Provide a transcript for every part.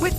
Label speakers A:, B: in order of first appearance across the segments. A: With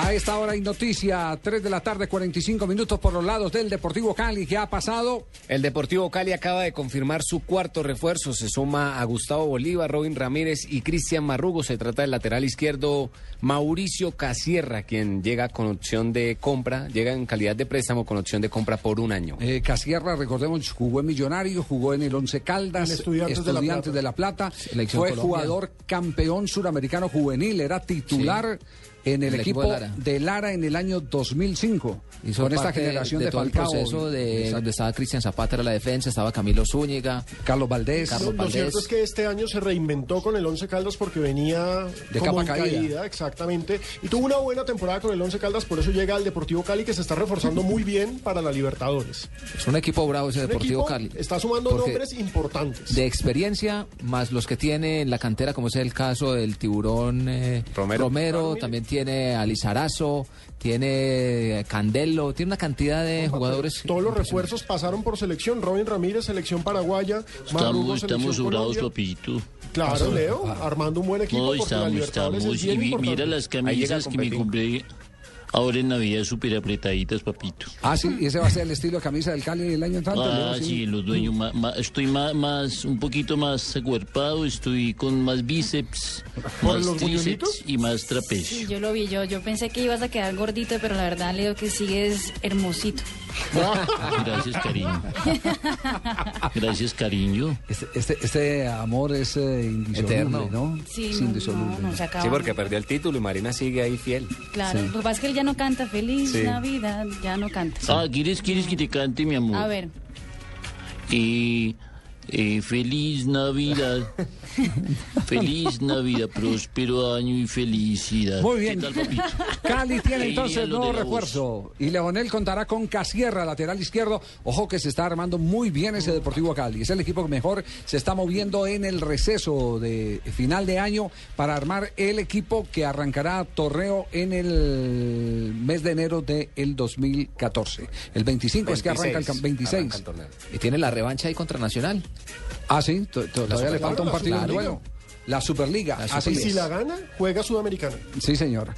B: A esta hora hay noticia, 3 de la tarde, 45 minutos por los lados del Deportivo Cali. ¿Qué ha pasado?
C: El Deportivo Cali acaba de confirmar su cuarto refuerzo. Se suma a Gustavo Bolívar, Robin Ramírez y Cristian Marrugo. Se trata del lateral izquierdo Mauricio Casierra, quien llega con opción de compra, llega en calidad de préstamo con opción de compra por un año.
B: Eh, Casierra, recordemos, jugó en Millonarios, jugó en el Once Caldas,
D: En Estudiantes de la Plata.
B: de La Plata.
C: Selección
B: Fue
C: Colombia.
B: jugador campeón suramericano juvenil, era titular. En el,
E: El
B: equipo,
E: equipo
B: de
E: de
B: Lara.
E: Lara.
B: en el año 2005.
E: Hizo
B: con esta
E: parte
B: generación de,
E: todo el
B: Falcao,
E: proceso de
B: Exacto.
E: donde estaba Cristian Zapata era la defensa, estaba Camilo Zúñiga.
B: Carlos Valdés.
E: Carlos
D: Lo, lo
E: Valdés.
D: cierto es que este año se reinventó con el Once Caldas porque venía
B: De
D: como
B: capa
D: en
B: caída.
D: exactamente. Y tuvo una buena temporada con el Once Caldas, por eso llega al Deportivo Cali que se está reforzando muy bien para la Libertadores.
E: Es un equipo bravo ese
D: Un
E: Deportivo
D: equipo
E: Cali.
D: Está sumando
E: Porque
D: nombres importantes.
E: de experiencia más los que tiene en la cantera, como es el caso del tiburón eh,
C: Romero.
E: también tiene a Lizarazo, tiene Candelo, tiene una cantidad de jugadores.
D: Todos los refuerzos pasaron por selección. Robin Ramírez, selección paraguaya. Marrugo,
F: Estamos, estamos
D: selección
F: sobrados,
D: Colombia.
F: papito.
D: Claro, Leo, armando un buen equipo.
F: No,
D: porque la
F: estamos,
D: Libertadores es
F: estamos.
D: bien
F: Y vi-
D: importante.
F: mira las camisas que me compré ahora en Navidad súper apretaditas, papito.
B: Ah, sí, y ese va a ser el estilo de camisa del Cali del año entrante.
F: Ah,
B: Leo, sí.
F: sí, los dueños. ma- ma- estoy ma- más, un poquito más acuerpado, estoy con más bíceps,
D: ¿Por
F: más
D: los
F: tríceps
D: muñonitos?
F: y más trapecio.
G: Yo lo vi, yo, yo pensé que ibas a quedar gordito, pero la verdad Leo que sigues hermosito.
F: Gracias, cariño. Gracias, cariño.
B: Este, este, este amor es eh, indisoluble,
E: Eterno.
B: ¿no?
G: Sí,
B: Es
G: no,
B: indisoluble.
G: no, no se acaba.
C: Sí, porque perdió el título y Marina sigue ahí fiel.
G: Claro, lo que pasa es que él ya no canta Feliz
C: Sí.
G: Navidad, ya no canta.
F: Ah, ¿quieres, ¿quieres que te cante, mi amor?
G: A ver,
F: Eh, eh, feliz Navidad. feliz Navidad, próspero año y felicidad.
B: Muy bien.
F: ¿Qué tal, papito?
B: Cali tiene
F: Ahí
B: entonces
F: irían los
B: nuevo
F: de la voz.
B: refuerzo y Leonel contará con Casierra, lateral izquierdo. Ojo que se está armando muy bien ese Deportivo Cali. Es el equipo que mejor se está moviendo en el receso de final de año para armar el equipo que arrancará torneo en el mes de enero del 2014. El 25 es que arranca el cam- 26.
C: Arranca el torneo.
E: Y tiene la revancha ahí contra Nacional.
B: ah, sí, to- to- todavía le
D: Superliga.
B: falta un
D: La
B: partido en
D: Superliga.
B: duelo. La Superliga.
E: La
B: así
D: Y
E: Superliga.
B: es.
D: si la gana, juega Sudamericana.
B: Sí, señor.